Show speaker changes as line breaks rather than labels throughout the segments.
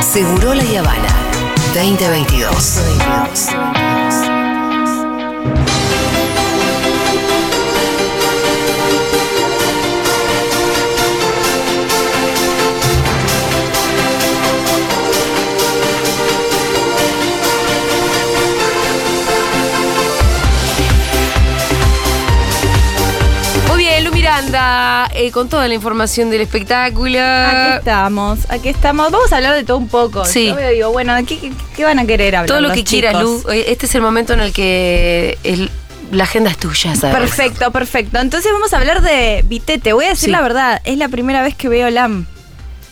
Seguro La Habana 2022.
Muy bien, Lu Miranda, eh, con toda la información del espectáculo.
Aquí estamos, aquí estamos. Vamos a hablar de todo un poco.
Ah. Sí.
Yo veo y digo, bueno, ¿de ¿qué, qué, qué van a querer hablar?
Todo lo
los
que quieras, Lu.
chicos?
Eh, Este es el momento en el que el- la agenda es tuya, ¿sabes?
Perfecto, perfecto. Entonces vamos a hablar de Vitete. Voy a decir
Sí.
la verdad, es la primera vez que veo LAM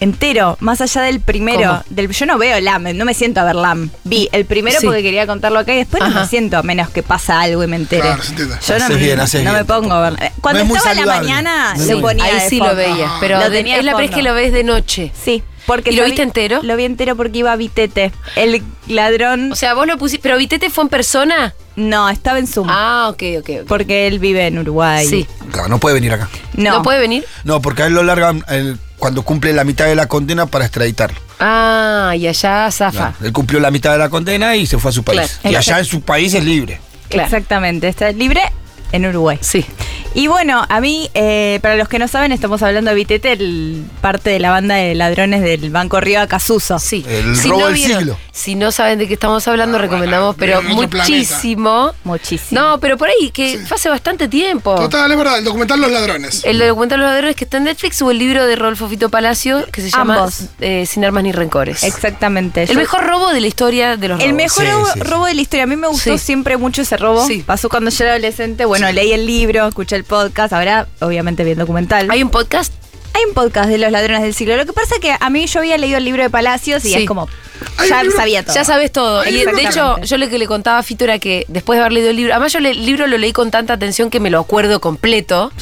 entero, más allá del primero.
¿Cómo?
Del, yo no veo LAM, no me siento a ver LAM. Vi el primero
Sí.
porque quería contarlo acá y después no
Ajá.
me siento, a menos que pasa algo y me entere.
Claro, se entiende.
Yo no,
Haces
me-
bien, haces
no
bien.
me pongo a ver. Cuando
es muy
estaba en la
saludable.
mañana,
Sí.
lo ponía.
Ahí
de
sí
fondo. Ah.
lo veías, pero
Lo
de-
tenía de
es la vez
fondo.
que lo ves de noche.
Sí. Porque
¿Y lo
yo
viste entero?
Lo vi entero porque iba a Vitete. El ladrón.
O sea, vos lo pusiste, pero Vitete fue en persona.
no, estaba en Zoom.
Ah, ok, ok. ok.
Porque él vive en Uruguay.
Sí.
Claro, no puede venir acá.
No.
¿No puede venir?
No, porque a él lo largan eh, cuando cumple la mitad de la condena para extraditarlo.
Ah, y allá zafa.
Él cumplió la mitad de la condena y se fue a su país.
Claro.
Y allá en su país es libre.
Claro.
Exactamente. Está libre en Uruguay.
Sí.
Y bueno, a mí, eh, para los que no saben, estamos hablando de Vitete, el- parte de la banda de ladrones del Banco Río Acasuso.
Sí.
El robo del
vieron-
siglo.
Si no saben de qué estamos
Ah,
hablando, recomendamos, pero
en otro
muchísimo.
Muchísimo.
No, pero por ahí, que fue hace bastante tiempo.
Total, es verdad, el documental Los Ladrones.
El documental Los Ladrones que está en Netflix o el libro de Rodolfo Fito Palacio que se llama
Ambos.
eh, Sin Armas ni Rencores.
Exactamente.
El
Yo-
mejor robo de la historia de los
El
robos.
mejor
Sí,
robo,
sí, sí.
robo de la historia. A mí me gustó
Sí.
siempre mucho ese robo.
Sí.
Pasó cuando yo era adolescente. Bueno, leí el libro, escuché el podcast. Ahora, obviamente, vi el documental.
Hay un podcast
Hay un podcast de los ladrones del siglo. Lo que pasa es que a mí yo había leído el libro de Palacios y
Sí.
es como.
Hay
Ya
un libro-
sabía todo.
Ya sabes todo. Y de
Exactamente.
hecho, yo lo que le contaba a Fito era que después de haber leído el libro, además yo le- el libro lo leí con tanta atención que me lo acuerdo completo.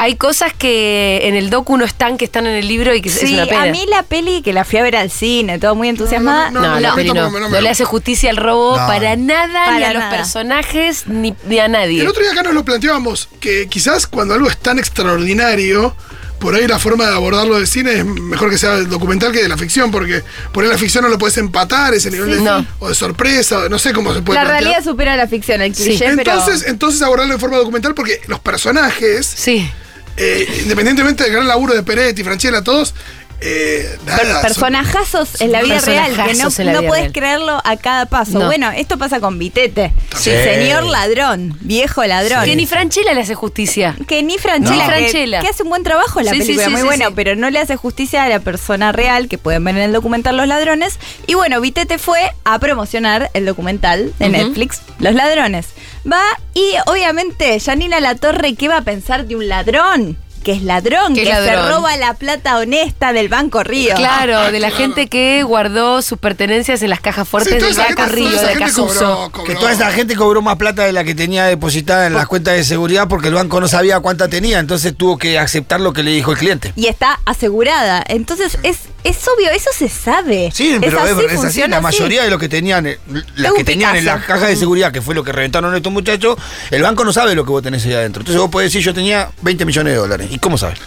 Hay cosas que en el docu no están, que están en el libro y que es
Sí,
una pena.
a mí la peli que la fui a ver al cine, todo muy entusiasmada.
no,
No,
no,
no,
no,
a mí
no,
tampoco me- no me-
No le hace justicia al robo
No.
para nada, ni
Para
a los
nada.
personajes, ni, ni a nadie.
El otro día acá nos lo planteábamos, que quizás cuando algo es tan extraordinario, por ahí la forma de abordarlo de cine es mejor que sea del documental que de la ficción, porque por ahí la ficción no lo puedes empatar, ese nivel de,
no.
o de sorpresa, o no sé cómo se puede
La
plantear.
realidad supera la ficción, el cliché, pero.
Entonces, eh, entonces abordarlo de forma documental porque los personajes,
Sí.
eh, independientemente del gran laburo de Peretti, Franchella, todos, eh, nada,
per-
son-
personajazos en la vida real, que no,
Personajazos en la
no
vida
puedes
real.
creerlo a cada paso.
No.
Bueno, esto pasa con Vitete.
Sí.
Señor ladrón, viejo ladrón.
Que ni Franchella le hace justicia.
Que ni Franchella,
No.
que-
Franchella.
Que, hace un buen trabajo la
Sí, sí,
película,
sí,
muy
sí,
bueno,
sí.
pero no le hace justicia a la persona real que pueden ver en el documental Los Ladrones. Y bueno, Vitete fue a promocionar el documental de
Ujú.
Netflix, Los Ladrones. Va y obviamente Janina Latorre, ¿qué va a pensar de un ladrón? Que es ladrón,
Que
que
es ladrón.
se roba la plata honesta del Banco Río.
Claro, de la gente que guardó sus pertenencias en las cajas fuertes
Sí, toda
del
esa gente-
Banco Río,
toda esa
de
gente
Casuso.
cobró, cobró.
Que toda esa gente cobró más plata de la que tenía depositada en las cuentas de seguridad porque el banco no sabía cuánta tenía, entonces tuvo que aceptar lo que le dijo el cliente.
Y está asegurada. Entonces es, es obvio, eso se sabe.
Sí, pero es, es así, ¿eh?
funciona
la mayoría de los que tenían, eh, las
un
que tenían en
Picasso.
las cajas de seguridad, que fue lo que reventaron estos muchachos, el banco no sabe lo que vos tenés ahí adentro. Entonces vos podés decir, yo tenía 20 millones de dólares. ¿Y cómo sabes?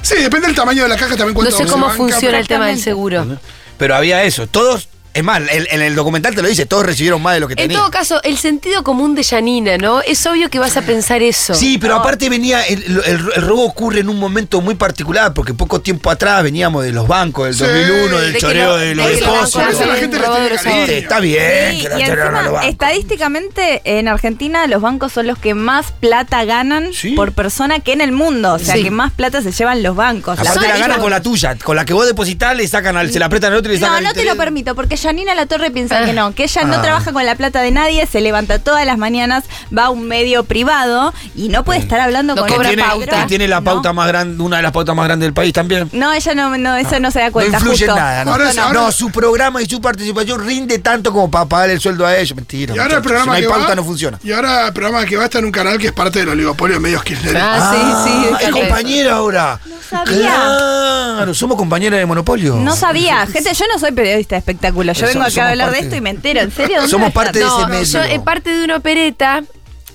Sí, depende del tamaño de la caja también.
No
cuánto
sé
se
cómo
banca,
funciona el
pero-
tema del
Exactamente.
seguro.
Pero había eso. Todos, es más, el- en el documental te lo dice, todos recibieron más de lo que
En
tenían.
todo caso, el sentido común de Janina, ¿no? Es obvio que vas a pensar eso.
Sí, pero aparte venía, el, el- el robo ocurre en un momento muy particular, porque poco tiempo atrás veníamos de los bancos, del
Sí.
2001, del
De que
choreo
lo-
de
de
los
que los
depósitos.
bancos
Eso la gente le
robo
tiene
de los
cariño.
ahorros.
Sí, Está bien,
Sí,
que lo
y
chorearon a
encima,
los bancos.
estadísticamente en Argentina los bancos son los que más plata ganan
Sí.
por persona que en el mundo. O sea,
Sí.
que más plata se llevan los bancos. La-
Aparte
son
la
ellos-
gana con la tuya, con la que vos depositás, le sacan al, se la apretan al otro y le sacan
no,
el
no te lo
interés.
permito, porque Janina Latorre piensa
Ah.
que no, que ella no
Ah.
trabaja con la plata de nadie, se levanta todas las mañanas, va a un medio privado y no puede estar hablando
No
con
Mm. Que
cobra
tiene,
pauta.
que tiene la
No.
pauta más grande, una de las pautas más grandes del país también.
No, ella no, no, eso no se da cuenta.
no influye en
justo.
nada, ¿no?
Ahora es- ahora-
No, su programa y su participación rinde tanto como para pagar el sueldo a ellos. Mentira.
Y ahora el
muchachos, si
programa
no hay
que
pauta
va,
no funciona.
Y ahora el programa que va está en un canal que es parte del oligopolio de medios kirchneristas.
Ah, sí, sí.
Ah, es
exacto.
compañera ahora. No
sabía.
Claro, somos compañeras de Monopolio.
No sabía, gente, yo no soy periodista de espectáculo, yo
Pero
vengo
somos-
acá a hablar
somos
de esto
parte-
y me entero, en serio. ¿Dónde
Somos
está?
parte de ese medio.
yo, eh, parte de una opereta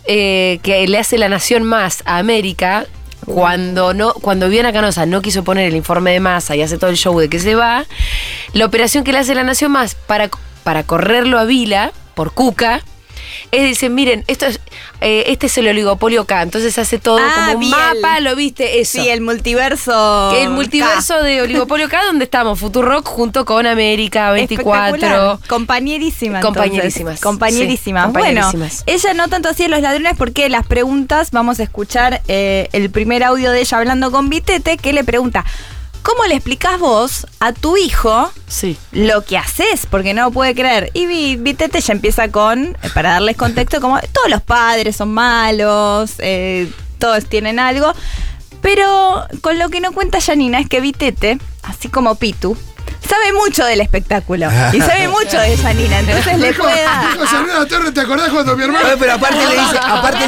eh, que le hace la nación más a América. Cuando no, cuando Viviana Canosa no quiso poner el informe de masa y hace todo el show de que se va, La operación que le hace la Nación Más para, para correrlo a Vila por Cuca. Es dicen, miren, esto es, eh, este es el oligopolio acá, entonces hace todo
Ah,
como un
vi
mapa,
el-
lo viste, eso.
Sí, el multiverso.
Que el multiverso de Oligopolio K, donde estamos, Futurock junto con América
K.
24.
Espectacular. Compañerísima. entonces.
Compañerísimas.
Compañerísimas.
Sí,
bueno,
compañerísimas.
ella no tanto así de los ladrones porque las preguntas, vamos a escuchar eh, el primer audio de ella hablando con Vitete que le pregunta, ¿cómo le explicás vos a tu hijo
Sí.
lo que haces, porque no puede creer. Y Vi- Vitete ya empieza con, eh, para darles contexto, como todos los padres son malos, eh, todos tienen algo. Pero con lo que no cuenta Janina es que Vitete, así como Pitu, sabe mucho del espectáculo. Y sabe mucho de Janina, entonces le
Dijo-
puede dar.
dijo Sabrina Torres, ¿te acordás cuando mi hermano?
No, pero aparte le dice, aparte,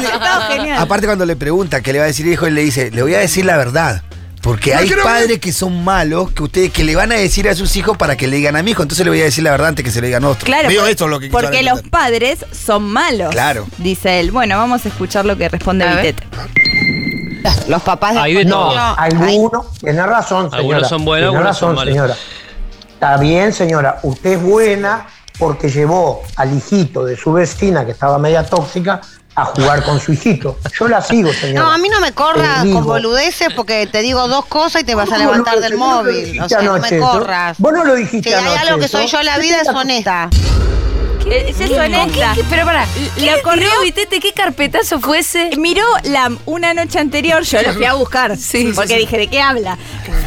le-
Está genial.
aparte cuando le pregunta qué le va a decir el hijo, él le dice, le voy a decir la verdad. Porque
No,
hay
que no me-
padres que son malos, que ustedes que le van a decir a sus hijos para que le digan a mi hijo, entonces le voy a decir la verdad antes que se le digan a otro.
Claro,
Medio
por-
esto es lo que quiso
porque
dar a
los
entender.
padres son malos.
Claro.
Dice él. Bueno, vamos a escuchar lo que responde
A ver.
Vitete.
Los papás de
Hay de todo.
Ah,
Algunos, tiene razón, señora.
Algunos son buenos,
Tiene
algunos son
razón,
malos.
señora. Está bien, señora. Usted es buena porque llevó al hijito de su vecina, que estaba media tóxica, a jugar con su hijito. Yo la sigo, señora.
No, a mí no me corras
Te digo.
con boludeces porque te digo dos cosas y te vas a
¿Cómo
levantar
boludeces?
del
Vos no lo
móvil.
dijiste
O sea, no
anoche
me
eso.
corras.
Vos no lo dijiste
Si hay
anoche
algo que
eso.
soy yo en la vida es honesta.
Es es honesta.
Pero para, la
le
corrió
tiró?
Vitete, este, ¿qué carpetazo fuese?
Miró la, una noche anterior, yo lo fui a buscar,
Sí,
porque
sí, sí.
dije, ¿de qué habla?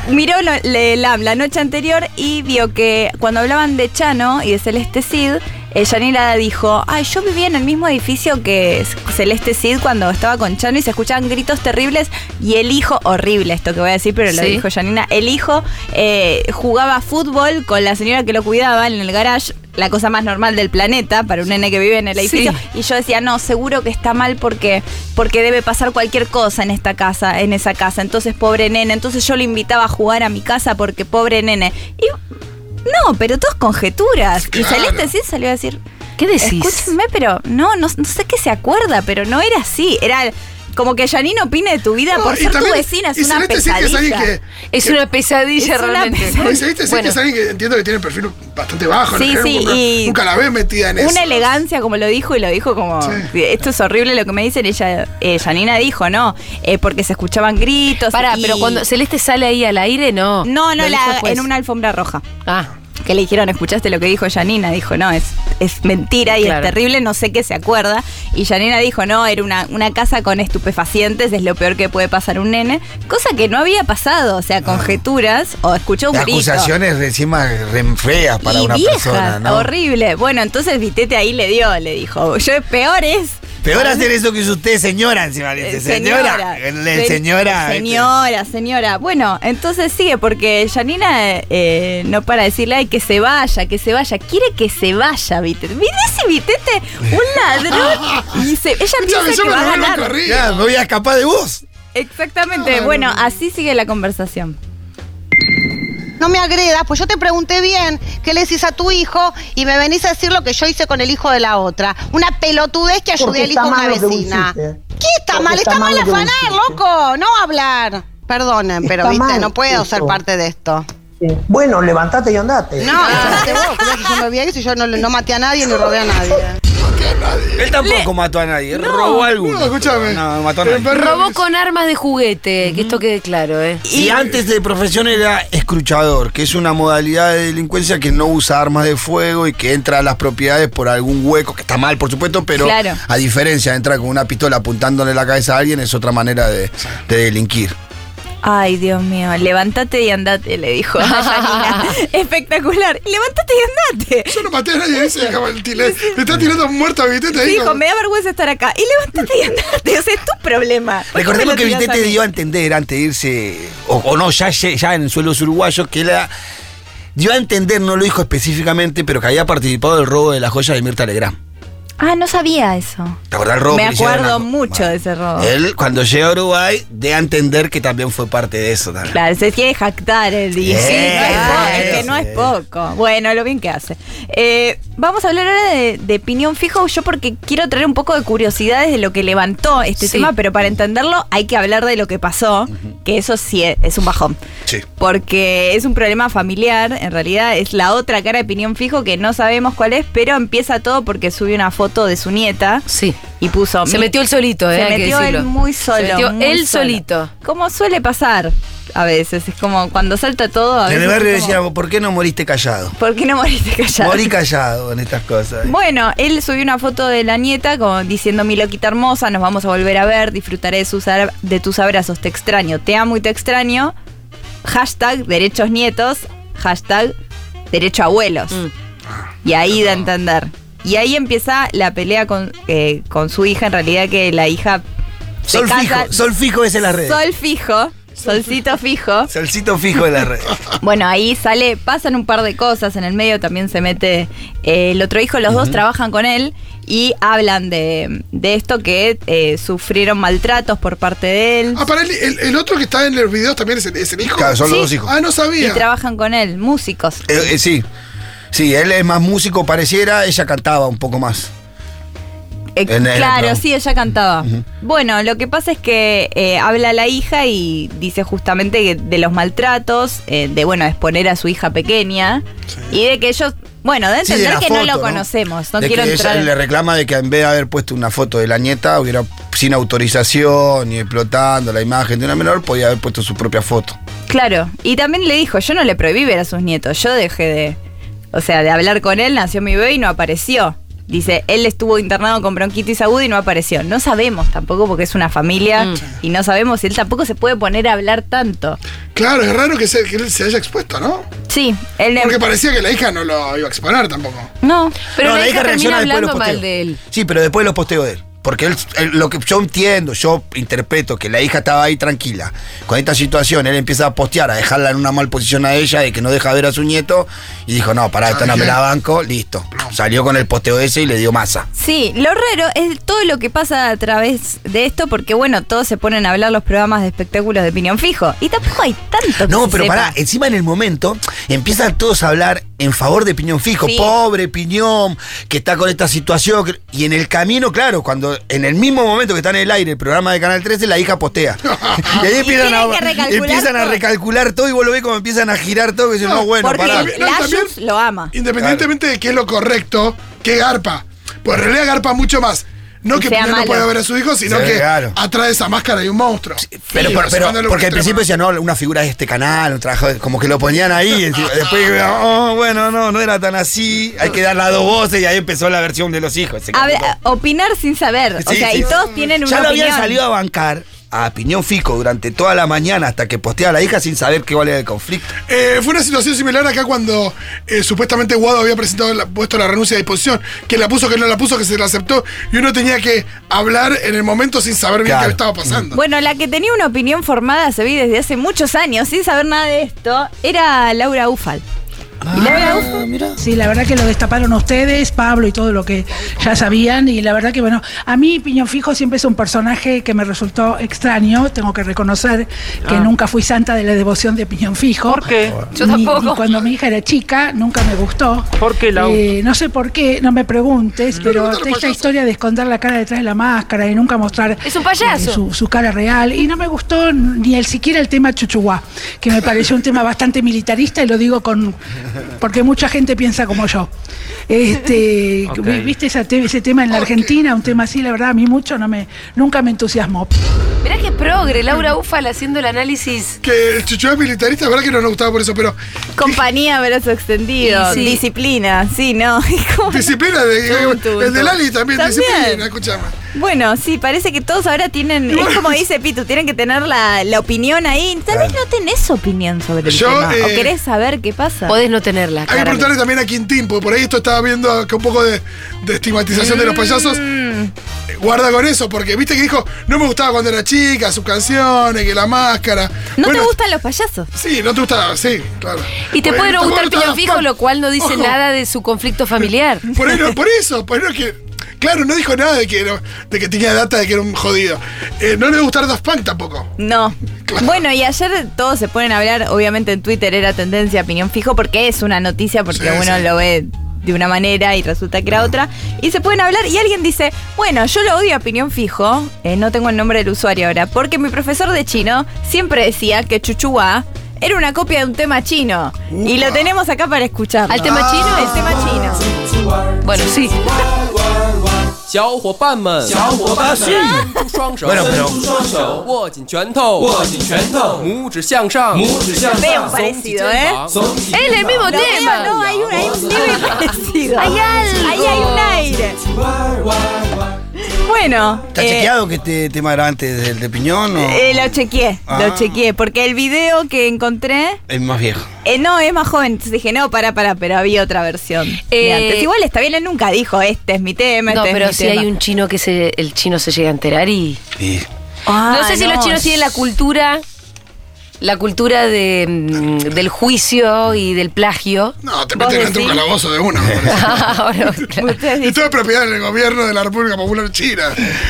Miró lo- le- la, la noche anterior y vio que cuando hablaban de Chano y de Celeste Cid, eh, Yanira dijo, ay, yo vivía en el mismo edificio que Celeste Cid cuando estaba con Chano y se escuchaban gritos terribles y el hijo, horrible esto que voy a decir, pero lo
Sí.
dijo Yanina, el hijo eh, jugaba fútbol con la señora que lo cuidaba en el garage, la cosa más normal del planeta para un nene que vive en el edificio.
Sí.
Y yo decía, no, seguro que está mal porque, porque debe pasar cualquier cosa en esta casa, en esa casa. Entonces, pobre nene. Entonces yo lo invitaba a jugar a mi casa porque pobre nene. Y no, pero todos conjeturas. Y
Claro.
Celeste sí salió a decir,
¿Qué decís?
escúchenme, pero no, no, no sé qué se acuerda, pero no era así. Era como que Janine opine de tu vida
No,
por
y
ser tu
también-
vecina, es
y
una
Celeste sí que es
pesadilla.
alguien que-
Es
que-
una pesadilla
Es una
realmente.
pesadilla.
No, y Celeste sí que
Bueno,
es alguien que entiendo que tiene un perfil bastante bajo. en
Sí,
general,
sí,
porque
y-
Nunca la ves metida en eso.
Una elegancia, como lo dijo, y lo dijo como,
Sí.
esto es horrible lo que me dicen, ella, eh, Janina dijo, ¿no? Eh, porque se escuchaban gritos.
Pará,
y-
pero cuando Celeste sale ahí al aire, no.
No, no,
Lo
la-
dijo después.
en una alfombra roja.
Ah,
Que le dijeron, ¿escuchaste lo que dijo Janina? Dijo, no, es, es mentira y
Claro.
es terrible, no sé qué se acuerda. Y Janina dijo, no, era una, una casa con estupefacientes, es lo peor que puede pasar a un nene. Cosa que no había pasado, o sea, conjeturas o escuchó un
Las
grito.
acusaciones de encima re feas para
y
una
viejas,
persona, ¿no?
horrible. Bueno, entonces Vitete ahí le dio, le dijo, yo peor es...
Peor hacer eso que hizo usted, señora, encima. le dice, Eh, señora. Le-
Eh, Se-
Señora. este,
Señora, señora. Bueno, entonces sigue, porque Janina eh, no para decirle, ay, que se vaya, que se vaya. Quiere que se vaya, Vitete. Mira ese Vitete, un ladrón. Y se- ella
Escúchame,
piensa
yo
que
me
va a
lo vuelvo
ganar.
este,
corrido.
Ya, me voy a escapar de vos.
Exactamente. Bueno, así sigue la conversación.
No me agredas, pues yo te pregunté bien qué le decís a tu hijo y me venís a decir lo que yo hice con el hijo de la otra. Una pelotudez que
Porque
ayudé al
está
hijo de una
mal lo que vos
vecina.
hiciste.
¿Qué está
Porque
mal? Está, mal
lo que vos
afanar,
hiciste.
loco, no hablar. Perdonen, pero
Está
viste,
mal
no puedo ser
eso.
parte de esto.
Sí. Bueno, levantate y andate.
No, andate vos, crees que yo me vi ahí si yo no, no maté a nadie ni robé a nadie.
Él tampoco mató a nadie. robó a alguno.
No, escúchame.
No, mató a
Pero
nadie.
perro-
robó con armas de juguete, que esto quede claro, ¿eh?
Y antes de profesión era escruchador, que es una modalidad de delincuencia que no usa armas de fuego y que entra a las propiedades por algún hueco, que está mal, por supuesto, pero
Claro.
a diferencia de entrar con una pistola apuntándole la cabeza a alguien, es otra manera de, de delinquir.
Ay, Dios mío, levántate y andate, le dijo a Janina. Espectacular. Levántate y andate.
Yo no maté a nadie, dice el tile. Me está tirando muerto a mi teta.
Sí,
dijo.
hijo, me da vergüenza estar acá. Y levántate y andate. O sea, es tu problema. ¿Por qué me
Recordemos
lo
que
tirás a
Vitete
mí?
dio a entender antes de irse, o, o no, ya, ya ya en suelos uruguayos, que la dio a entender, no lo dijo específicamente, pero que había participado del robo de la joya de Mirta Legrand.
Ah, no sabía eso.
¿Te acordás el robo
Me
que le hicieron
acuerdo
a-
mucho de ese robo.
Él, cuando llega a Uruguay, de a entender que también fue parte de eso. también.
Claro, se quiere jactar el día.
Sí,
Sí, no es,
claro,
po- es que no
sí.
es poco. Bueno, lo bien que hace. Eh, vamos a hablar ahora de, de Piñón Fijo, yo porque quiero traer un poco de curiosidades de lo que levantó este
Sí.
tema, pero para entenderlo hay que hablar de lo que pasó, que eso sí es, es un bajón.
Sí.
Porque es un problema familiar, en realidad es la otra cara de Piñón Fijo que no sabemos cuál es, pero empieza todo porque sube una foto de su nieta
Sí.
y puso...
Se
"Mi-
metió él solito, eh,
se
hay que
metió
decirlo.
él muy solo.
Se metió
muy
él
solo.
solito.
Como suele pasar a veces. Es como cuando salta todo. A
En
veces
el
es
barrio
como,
decíamos, ¿por qué no moriste callado?
¿Por qué no moriste callado?
Morí callado en estas cosas.
Bueno, él subió una foto de la nieta como diciendo mi loquita hermosa, nos vamos a volver a ver, disfrutaré de, sus ar- de tus abrazos, te extraño, te amo y te extraño. Hashtag derechos nietos, hashtag derecho abuelos. Y ahí da a entender. Y ahí empieza la pelea con, eh, con su hija, en realidad que la hija... se
Sol
casa-
fijo, sol fijo es en las redes.
Sol fijo, solcito fijo.
Solcito fijo en las redes.
Bueno, ahí sale, pasan un par de cosas, en el medio también se mete eh, el otro hijo, los dos trabajan con él y hablan de, de esto que eh, sufrieron maltratos por parte de él
Ah, para el, el- el otro que está en los videos también es el, es el hijo.
Claro, son los Sí. dos hijos.
Ah, no
y
sabía.
trabajan con él, músicos.
Eh, eh, sí. Sí, él es más músico, pareciera, ella cantaba un poco más.
Eh,
En el
claro,
otro.
sí, ella cantaba. Bueno, lo que pasa es que eh, habla la hija y dice justamente que de los maltratos, eh, de bueno, exponer a su hija pequeña y de que ellos, bueno, de
Sí, de
entender
la
que no
foto,
lo conocemos, no
De
quiero
que
entrar.
Ella
en-
le reclama de que en vez de haber puesto una foto de la nieta, hubiera sin autorización y explotando la imagen de una menor, podía haber puesto su propia foto.
Claro, y también le dijo, yo no le prohibí ver a sus nietos, yo dejé de, o sea, de hablar con él, nació mi bebé y no apareció. Dice, él estuvo internado con bronquitis aguda y no apareció. No sabemos tampoco porque es una familia y no sabemos si él tampoco se puede poner a hablar tanto.
Claro, es raro que, se, que él se haya expuesto, ¿no?
Sí, él
Porque parecía que la hija no lo iba a exponer tampoco.
no.
Pero
No,
la, hija, termina
reacciona después de
hablando
los
mal
posteos.
de él.
Sí, pero después de los posteos de él. Porque él, él- lo que yo entiendo, yo interpreto que la hija estaba ahí tranquila. Con esta situación, él empieza a postear, a dejarla en una mal posición a ella, de que no deja ver a su nieto. Y dijo, no, pará, esta no me la banco, listo. Salió con el posteo ese y le dio masa.
Sí, lo raro es todo lo que pasa a través de esto, porque bueno, todos se ponen a hablar los programas de espectáculos de opinión fijo. Y tampoco hay tanto que
No,
se
pero
sepa.
pará, encima en el momento empiezan todos a hablar en favor de Piñón Fijo.
Sí.
Pobre Piñón, que está con esta situación. que- Y en el camino, claro, cuando en el mismo momento que está en el aire el programa de Canal 13, la hija postea. y ahí
Y
empiezan,
tienen
a,
que recalcular
empiezan a
todo.
recalcular todo y vos lo ves como empiezan a girar todo. Y dicen, no, bueno,
porque
pará.
No, y también-
Lajos lo ama.
Independientemente de qué es lo correcto, que garpa. Pues en realidad garpa mucho más. No
Que
que
sea
Piñón no
malo.
pueda ver a su hijo, sino
Sí,
que
claro.
atrae esa máscara de un monstruo.
Pero, pero- pero-
llevándolo a un
porque al
extremo.
principio decían, no, una figura de este canal, un trabajo, de- como que lo ponían ahí. encima. Después, oh, bueno, no, no era tan así. Hay que dar las dos voces y ahí empezó la versión de los hijos. Se
A ver,
cambió todo.
opinar sin saber. Eh, o
este Sí,
sea,
sí,
y
sí.
todos tienen una
Ya lo
opinión.
habían salido a bancar a Piñón Fico durante toda la mañana hasta que posteaba a la hija sin saber qué valía el conflicto.
Eh, fue una situación similar acá cuando eh, supuestamente Guado había presentado la- puesto la renuncia a disposición, que la puso, que no la puso, que se la aceptó, y uno tenía que hablar en el momento sin saber bien
Claro.
qué estaba pasando.
Bueno, la que tenía una opinión formada, se vi desde hace muchos años, sin saber nada de esto, era Laura Ufal.
Ah.
Y Laura Ufal
Sí, la verdad que lo destaparon ustedes, Pablo y todo lo que ya sabían. Y la verdad que, bueno, a mí Piñón Fijo siempre es un personaje que me resultó extraño. Tengo que reconocer que nunca fui santa de la devoción de Piñón Fijo. ¿Por qué?
Yo tampoco.
cuando mi hija era chica, nunca me gustó.
¿Por qué, Lau?
Eh, no sé por qué, no me preguntes, pero
pregunta a los
esta
payasos.
historia de esconder la cara detrás de la máscara y nunca mostrar
Es un payaso.
eh, su, su cara real. Y no me gustó ni el siquiera el tema Chuchuá, que me pareció un tema bastante militarista y lo digo con porque mucha gente piensa como yo. Este,
Ok.
vi- ¿Viste esa te- ese tema en la Argentina? Un tema así, la verdad, a mí mucho no me, nunca me entusiasmó.
Mirá que progre, Laura Ufal haciendo el análisis.
Que el chuchu es militarista, la verdad que no nos gustaba por eso, pero
compañía, brazo extendido,
Y sí.
disciplina, sí, ¿no? Es como-
disciplina de,
Tum, tum,
el de
tum.
Lali también,
También.
disciplina, escuchame.
Bueno, sí, parece que todos ahora tienen, es como dice Pitu, tienen que tener la, la opinión ahí. Tal vez no tenés opinión sobre el
Yo,
tema, o
eh,
querés saber qué pasa.
Podés no tenerla,
Hay que
claramente.
preguntarle también a Quintín, porque por ahí esto estaba viendo acá un poco de, de estigmatización
Mm.
de los payasos. Eh, Guarda con eso, porque viste que dijo, no me gustaba cuando era chica, sus canciones, que la máscara.
¿No
Bueno,
te gustan los payasos?
Sí, no te gustaba, sí, claro.
Y te
Bueno,
puede no
tampoco
gustar
gustaba
Piñón Fijo,
Juan.
lo cual no dice
Ojo.
nada de su conflicto familiar.
Por, ahí no- por eso, por eso que, Claro, no dijo nada de que, era- de que tenía data de que era un jodido. Eh, no le va a gustar Daft Punk tampoco.
No.
Claro.
Bueno, y ayer todos se ponen a hablar, obviamente en Twitter era tendencia opinión fijo, porque es una noticia, porque
Sí,
uno
sí.
lo ve de una manera y resulta que era otra. Y se pueden hablar y alguien dice, bueno, yo lo odio a opinión fijo, eh, no tengo el nombre del usuario ahora, porque mi profesor de chino siempre decía que Chuchuá era una copia de un tema chino. Y lo
Upa. Ah,
tenemos acá para escucharlo.
¿Al tema chino?
El tema chino.
Bueno, sí.
小伙伴们，小伙伴们，伸出双手，
Bueno, pero-
双手，握紧拳头，握紧拳头，拇指向上，拇指向
上 Veo parecido, ¿eh?
Es el mismo
Lo
tema.
veo, no, hay un, hay un leve parecido.
Hay algo.
Ahí hay un aire. Bueno.
¿Está
eh,
chequeado que este tema era antes del de Piñón o
eh, lo chequeé,
Ah.
lo chequeé, porque el video que encontré,
el más viejo?
eh, no, es más joven, entonces dije, no, para, para, pero había otra versión. de
Eh,
antes. Igual está bien, él nunca dijo, este es mi tema,
No,
este
pero
es
si
mi tema.
hay un chino que se, el chino se llega a enterar y.
Sí.
Ah,
no sé si los chinos tienen la cultura. La cultura de, mm, del juicio y del plagio.
No, te
¿Vos
meten ante un
decís?
calabozo de una. me parece.
Ahora, claro.
Ustedes
Y
dicen-
todo es propiedad del gobierno de la República Popular China.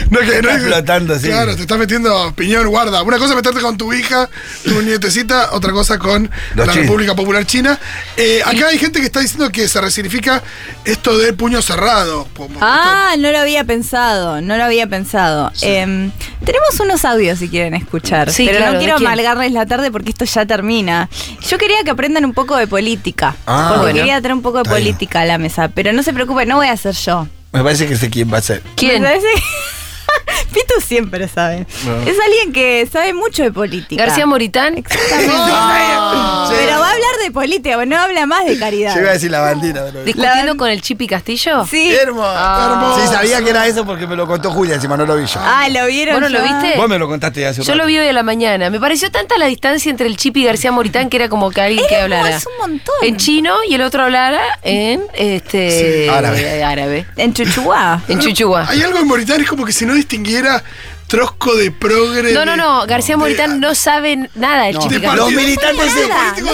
No es que, no
Está
es-
flotando, sí.
Claro, te estás metiendo piñón, guarda. Una cosa es meterte con tu hija, tu nietecita, otra cosa con
Los
la
chinos.
República Popular China. Eh, acá hay gente que está diciendo que se resignifica esto de puño cerrado. como-
Ah, no lo había pensado, no lo había pensado. Em, tenemos unos audios si quieren escuchar,
Sí,
pero
claro,
no
¿de
quiero
quién?
amargarles la tarde porque esto ya termina. Yo quería que aprendan un poco de política,
Ah,
porque
bueno.
quería traer un poco de
Está bien.
política a la mesa, pero no se preocupen, no voy a hacer yo.
Me parece que sé quién va a ser.
¿Quién?
Me parece que- Pitu siempre sabe. Es alguien que sabe mucho de política.
García Moritán.
Pero va a hablar de política, bueno, no habla más de caridad.
Yo iba a decir la bandera. pero-
Discutiendo con el Chipi Castillo.
Sí.
Hermoso. Sí, sabía que era eso porque me lo contó Julia, encima no lo vi yo.
Ah, eh. lo vieron.
¿Vos no lo
ya?
viste?
Vos me lo contaste hace un
Yo lo
rato.
vi hoy a la mañana. Me pareció tanta la distancia entre el Chipi y García Moritán que era como que alguien que
Era como-
hablara.
es un montón.
En chino y el otro hablara en este
Sí, árabe.
eh, árabe.
En Chuchuá.
En Chuchuá.
Hay algo en Mauritania, es como que si no distinguiera trosco de progre.
No,
de-
no, no. García
de-
Moritán no sabe nada del
No.
Chipi
De
Castillo.
partido.
Los militantes
No sabe
de-
nada, no sabe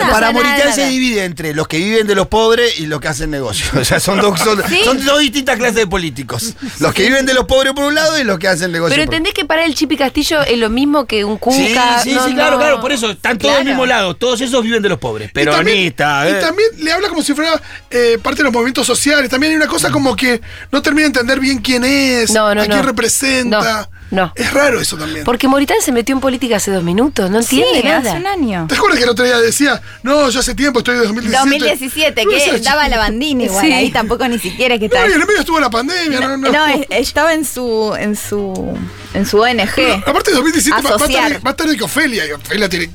nada.
Para
No sabe
Moritán
nada.
se divide entre los que viven de los pobres y los que hacen negocios. O sea, son dos, son,
Sí.
son dos distintas clases de políticos. Los que viven de los pobres por un lado y los que hacen negocios.
Pero
por-
entendés que para el Chipi Castillo es lo mismo que un cuca.
Sí, sí,
No,
sí,
no.
claro, claro, por eso están todos
Claro.
del mismo lado, todos esos viven de los pobres.
Y también-
Peronista,
y
eh.
también, le habla como si fuera eh, parte de los movimientos sociales. También hay una cosa como que no termina de entender bien quién es,
No, no,
a quién
no.
representa.
No, no.
Es raro eso también.
Porque Moritán se metió en política hace dos minutos. No
Sí,
entiende
hace
nada.
un año.
¿Te acuerdas que el otro día decía, no, yo hace tiempo estoy de 2017?
2017,
No,
que
esa-
daba la bandina igual,
Sí.
ahí tampoco ni siquiera es que
No,
estaba.
y en el medio estuvo la pandemia. No, no,
No, es- estaba en su, en su, en su ONG.
Aparte de 2017, más
Asociar.
tarde, más tarde que Ofelia. Y Ofelia tiene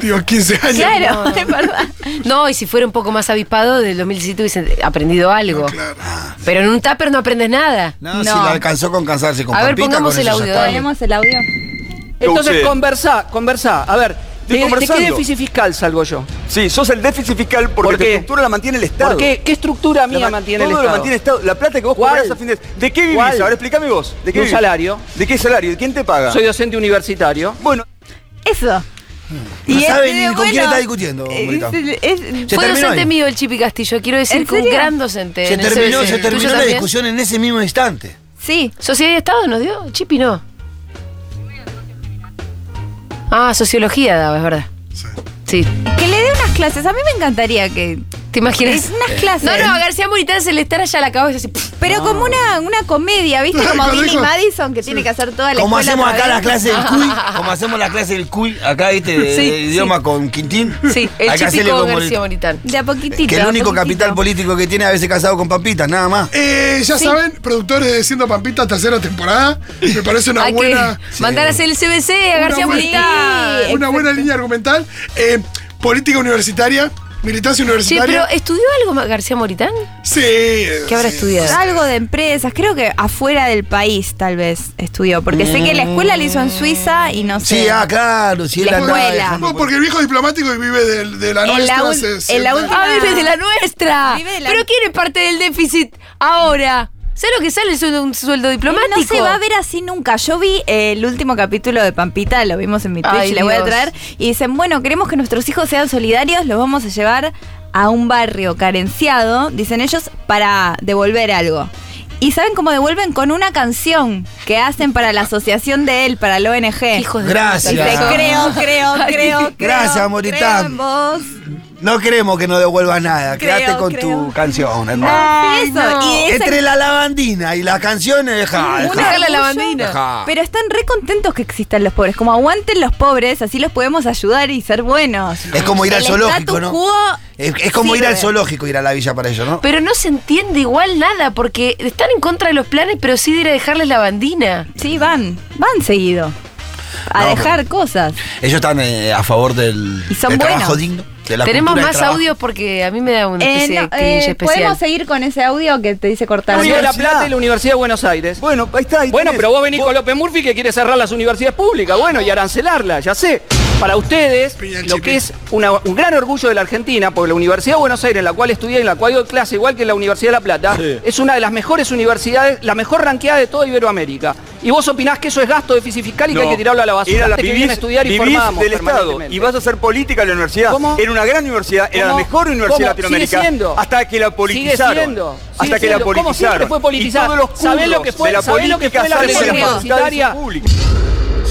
digo, 15 años.
Claro,
No, no.
es verdad.
No, y si fuera un poco más avispado, del 2017 hubiese aprendido algo.
Claro.
Pero en un tupper Ah, no aprendes nada.
No,
No.
si lo alcanzó con cansarse con
A ver,
Pampita,
pongamos
con
el
eso ya
audio,
está.
dale.
Tenemos el audio.
Entonces conversá, conversá. A ver,
Estoy
¿de, de qué
conversando.
déficit fiscal salgo yo?
Sí, sos el déficit fiscal porque
¿Por
tu
qué?
estructura la mantiene el Estado.
¿Por qué? ¿Qué estructura
La
mía
ma-
mantiene el
todo
Estado?
lo mantiene el Estado. La plata que vos
¿Cuál?
cobrás a fin de... ¿De qué vivís?
¿Cuál?
Ahora explícame vos. ¿De qué
De un
vivís?
salario.
¿De qué salario? ¿Quién te paga?
Soy docente universitario.
Bueno,
Eso.
No
es
sabe
de,
ni con
bueno, eh,
quién está discutiendo, Morita.
es- es-
Se
Fue
terminó
docente
ahí.
mío el Chipi Castillo, quiero decir
¿En
que un
serio?
gran docente.
Se
en ese-
terminó,
ese-
se
¿Tuyo
terminó la
también?
discusión en ese mismo instante.
sí.
¿Sociedad y Estado nos dio? Chipi no. Ah, sociología daba, es verdad. Sí.
Que le dé unas clases. A mí me encantaría que.
¿Te imaginas?
Es
Eh,
unas clases.
No, no, a García Moritán se le estará ya la cabeza así. pff.
Pero como una, una comedia, ¿viste? Como
Cuando
Billy
dijo-
Madison, que tiene que hacer toda la
Como
escuela
hacemos
otra
acá
vez.
la clase del cuy, como hacemos la clase del cuy, acá viste, de,
Sí,
de
sí.
idioma con Quintín.
Sí, el
Hay que hacerle
Chipi con
como
García
el-
Moritán.
De a poquitito.
Que el
de a
único
poquitito.
capital político que tiene es haberse casado con Pampita, nada más.
Eh, ya saben, productores de Siendo Pampita, tercera temporada. Me parece una
Hay
buena.
que mandar a hacer el CBC a
Una
García
buena-
Moritán.
Una buena línea argumental. Eh, política universitaria, militancia
Che, pero
universitaria.
¿estudió algo más García Moritán?
sí. eh,
¿Qué habrá
sí.
estudiado?
Algo de empresas, creo que afuera del país tal vez estudió, porque sé que la escuela la hizo en Suiza y no sé.
Sí, ah, claro, sí,
La
él andaba
escuela.
dejando-
No, porque el viejo diplomático y vive del- de, la
En la
nuestra.
ul-
hace
en
100
la
años.
última-
Ah, vive de la nuestra.
Vive de la-
Pero ¿quién es parte del déficit ahora? ¿Sabes lo que sale el sueldo, un sueldo diplomático?
No se va a ver así nunca. Yo vi eh, el último capítulo de Pampita, lo vimos en mi Twitch,
Ay,
le voy a
Dios.
traer. Y dicen, bueno, queremos que nuestros hijos sean solidarios, los vamos a llevar a un barrio carenciado, dicen ellos, para devolver algo. Y saben cómo devuelven con una canción que hacen para la asociación de él, para la ONG.
de Eh, Gracias. puta.
Dice, creo, creo,
Ay,
creo, creo.
gracias,
creo
Moritán.
en vos.
No queremos que no devuelvas nada.
Creo,
Quédate con
creo.
tu canción, hermano.
Ay, Eso, no. y esa-
Entre la lavandina y las canciones, deja.
Un
deja.
orgullo,
Deja.
Pero están re contentos que existan los pobres. Como aguanten los pobres, así los podemos ayudar y ser buenos.
Es como ir al
El
zoológico,
status
¿no?
quo
Es, es como ir al
sirve.
zoológico, ir a la villa para ellos, ¿no?
Pero no se entiende igual nada, porque están en contra de los planes, pero sí de ir a dejarles la bandina.
Sí, van, van seguido. A
No,
dejar cosas.
Ellos están eh, a favor del,
Y son
del trabajo
buenos.
digno. de la
Tenemos
cultura del
más
trabajo.
audios porque a mí me da una
Eh,
especie
no,
de cringe
eh,
especial.
¿Podemos seguir con ese audio que te dice cortar?
Río de la Plata y la Universidad de Buenos Aires.
Bueno, ahí está. ahí
Bueno,
tenés.
pero vos venís
Vos-
con López Murphy que quiere cerrar las universidades públicas, bueno, y arancelarlas, ya sé. Para ustedes,
Piña
lo
chipi.
que es una- un gran orgullo de la Argentina, porque la Universidad de Buenos Aires, en la cual estudié y en la cual doy clase, igual que en la Universidad de La Plata,
Sí.
es una de las mejores universidades, la mejor ranqueada de toda Iberoamérica. Y vos opinás que eso es gasto de fiscal y que hay que tirarlo a la basura.
Era la-
Antes que
vivís-
vienen a estudiar y
vivís
formamos
del Estado
permanentemente.
y vas a hacer política en la universidad.
¿Cómo?
Era una gran universidad, era la
¿Cómo?
mejor
¿Cómo?
universidad
Sigue
latinoamericana.
siendo.
Hasta que la politizaron.
Sigue siendo.
hasta
Sigue
que la
siendo. ¿Cómo
politizaron.
siempre fue politizada?
Y todos los
¿Sabés lo
curros
que fue-
de la
sabés lo que
política
fue la
salen de
reforma
las facultades
universitaria?
públicas.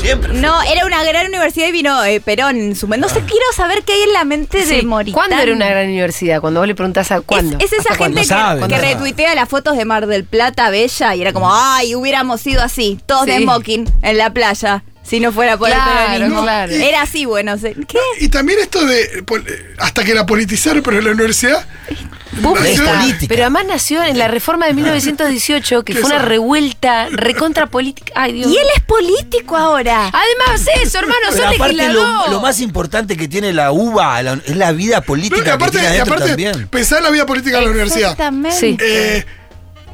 Siempre.
No, era una gran universidad y vino eh, Perón en su momento.
Ah.
Entonces quiero saber qué hay en la mente de
Sí,
Moritán.
¿Cuándo era una gran universidad? Cuando vos le preguntás a cuándo.
Es, es esa
¿Hasta cuándo?
gente que,
sabe,
que
no sabe.
retuitea las fotos de Mar del Plata Bella y era como, ay, hubiéramos sido así, todos de
Mm. Sí.
smoking en la playa, si no fuera por
Claro,
el peronismo.
claro.
Era así, bueno, se- ¿qué?
Y también esto de eh, pol- eh, hasta que la politizaron, pero la universidad.
Pública.
Es política.
Pero además nació en la reforma de 1918, que
¿Qué
fue una
sabe?
revuelta recontra política. Ay, Dios.
Y él es político ahora.
Además, eso, hermano,
Pero
son
aparte lo,
legislador.
lo más importante que tiene la UBA la- es la vida política
No, que aparte,
que tiene
y
adentro
aparte
también.
pensá en la vida política de la universidad.
Exactamente.
Sí.
Eh,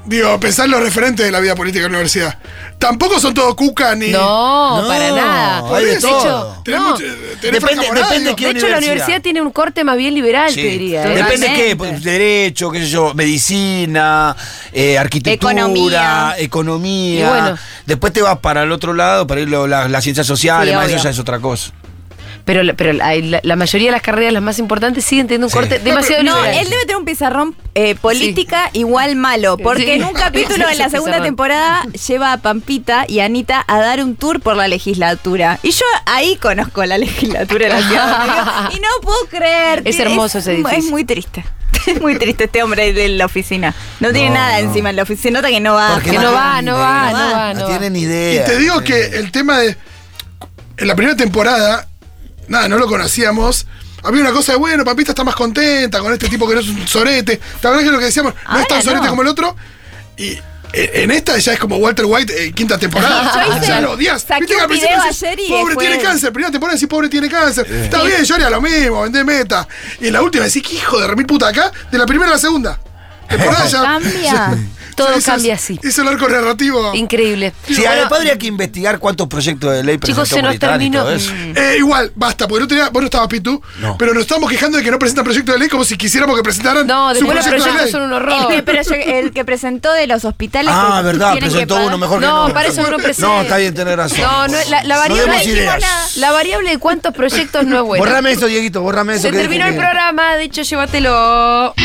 digo, pensá en los referentes de la vida política de la universidad. Tampoco son todos cuca ni.
No,
No,
para nada.
hay de todo.
hecho,
Tenés
no.
mucho- eh, tenés
Depende-
Franca Morán,
depende
digo.
qué
De hecho, la universidad
universidad
tiene un corte más bien liberal,
Sí.
te diría. ¿eh?
Depende
Totalmente.
qué, pues, derecho, qué sé yo, medicina, eh, arquitectura,
Economía.
economía.
Y bueno.
Después te vas para el otro lado, para ir lo- la- las ciencias sociales,
Sí,
más, eso
obvio.
ya es otra cosa.
Pero, la- pero la, la- la mayoría de las carreras, las más importantes, siguen teniendo un
Sí.
corte demasiado
No,
liberal.
él debe tener un pizarrón eh, política igual malo, porque
Sí.
en un capítulo de la
Ese
segunda
pizarrón.
temporada lleva a Pampita y a Anita a dar un tour por la legislatura. Y yo ahí conozco la legislatura de la ciudad. de México, y no puedo creer. que
Es hermoso ese edificio.
Es muy triste. Es muy triste este hombre de la oficina. No tiene
No,
nada
no.
encima en la oficina. Nota que no va.
Porque
que no va,
tienen
no
idea.
va, no va, no va.
tienen
Y
idea.
te digo que el tema de. En la primera temporada, nada, no lo conocíamos. Había una cosa de, bueno, Pampita está más contenta con este tipo que no es un sorete. La verdad que lo que decíamos, no
Ahora
es tan sorete
no.
como el otro. Y eh, en esta ya es como Walter White, eh, quinta
Yo
temporada.
hice-
ya lo odias.
saqué
Viste que
un
al principio
video
decís,
ayer y
pobre
fue-
tiene cáncer. Primera temporada decís, pobre tiene cáncer. Está bien, llora lo mismo, vendé meta. Y en la última decís, que hijo de remil puta acá, de la primera a la segunda. Temporada ya-
Cambia.
Todo
hizo-
cambia así.
Hizo el arco narrativo.
Increíble.
Sí,
Bueno,
además habría que investigar cuántos proyectos de ley
Chicos,
presentó
se nos
Moritán y
terminó. Mm.
todo eso.
Eh, igual, basta, porque no tenía, vos no estabas Pitu,
No.
pero nos estamos quejando de que no presentan proyecto de ley como si quisiéramos que presentaran.
no,
su
después los
proyecto de
proyectos
ley.
son un
El que,
horror.
proye- el que presentó de los hospitales.
Ah,
que
verdad,
tienen que
presentó
pagar.
uno mejor que
No,
no.
para eso no lo presenta.
No, está bien, tenés razón.
No, no, la, la
No
variable,
demos ideas.
la variable de cuántos proyectos no es buena.
Borrame eso, Dieguito, borrame eso.
Se
que
terminó el
dije que-
programa, de hecho, llévatelo.